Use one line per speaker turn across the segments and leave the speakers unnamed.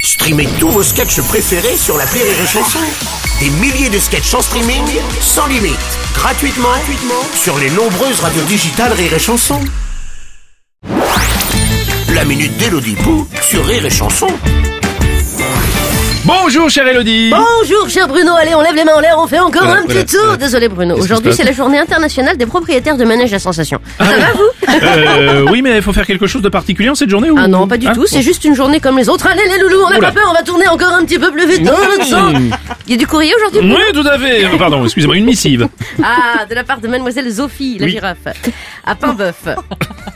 Streamez tous vos sketchs préférés sur la Rire et Chanson. Des milliers de sketchs en streaming, sans limite, gratuitement, gratuitement sur les nombreuses radios digitales Rire et Chanson. La minute d'Elodie Pou sur Rire et Chanson.
Bonjour chère Elodie
Bonjour cher Bruno, allez on lève les mains en l'air, on fait encore
Voilà,
un
voilà,
petit tour.
voilà.
Désolé Bruno,
Qu'est-ce qui
aujourd'hui
se
c'est
passe Ah
la journée internationale des propriétaires de manèges à sensation. Ça va vous
Euh, Oui mais il faut faire quelque chose de particulier en cette journée ou hein
Ah non, pas du tout, c'est juste une journée comme les autres. Allez les loulous, on n'a
Oula.
pas peur, on va tourner encore un petit peu plus vite dans l'autre sens. Il y a du courrier aujourd'hui Bruno
Oui tout à fait Euh, Pardon, excusez-moi, une missive.
Ah, de la part de mademoiselle Zophie, la
Oui.
girafe. À Paimboeuf.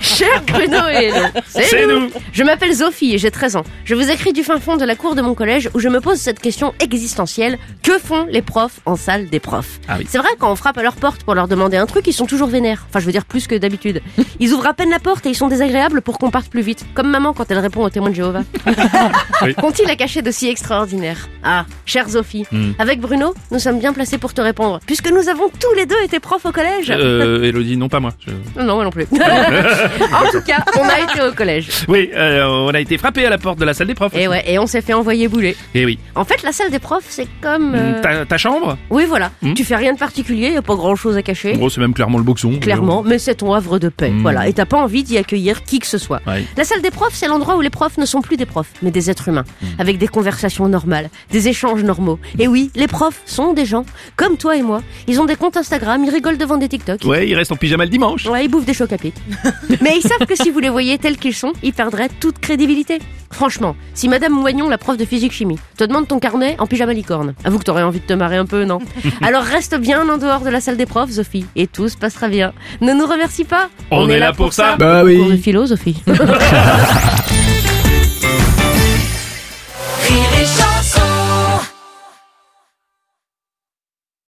Cher Bruno et Hélo,
C'est nous.
Je m'appelle Zophie et j'ai 13 ans. Je vous écris du fin fond de la cour de mon collège où je me pose cette question existentielle. Que font les profs en salle des profs
Ah oui.
C'est vrai, quand on frappe à leur porte pour leur demander un truc, ils sont toujours vénères. Enfin, je veux dire plus que d'habitude. Ils ouvrent à peine la porte et ils sont désagréables pour qu'on parte plus vite. Comme maman quand elle répond aux témoins de Jéhovah. Qu'ont-ils à cacher de si extraordinaire Ah, chère Sophie,
Hmm.
avec Bruno, nous sommes bien placés pour te répondre, puisque nous avons tous les deux été profs au collège. Euh,
Euh, Ah Elodie, non pas moi. Je-
Non, moi non plus. en tout cas, on a été au collège.
Oui, euh, on a été frappé à la porte de la salle des profs.
Et ouais, et on s'est fait envoyer bouler.
Eh oui. Mmh,
En fait, la salle des profs, c'est comme... euh,
Ta, ta chambre
Oui, voilà.
Hmm.
Tu fais rien de particulier, y a pas grand-chose à
En
cacher.
gros c'est même clairement le boxon.
Clairement, mais c'est ton havre de paix.
Hmm.
Voilà, et t'as pas envie d'y accueillir qui que ce soit.
Ouais.
La salle des profs, c'est l'endroit où les profs ne sont plus des profs, mais des êtres humains,
Hmm.
avec des conversations normales, des échanges normaux. Et oui, les profs sont des gens, comme toi et moi. Ils ont des comptes Instagram, ils rigolent devant des TikTok.
Ouais, il reste en pyjama le dimanche.
Ouais, ils bouffent des chocs à pic. Mais ils savent que si vous les voyez tels qu'ils sont, ils perdraient toute crédibilité. Franchement, si Madame Moignon, la prof de physique-chimie, te demande ton carnet en pyjama licorne, avoue que t'aurais envie de te marrer un peu, non Alors reste bien en dehors de la salle des profs, Sophie, et tout se passera bien. Ne nous remercie pas.
On est là pour ça.
Bah oui. Pour le philo, Sophie.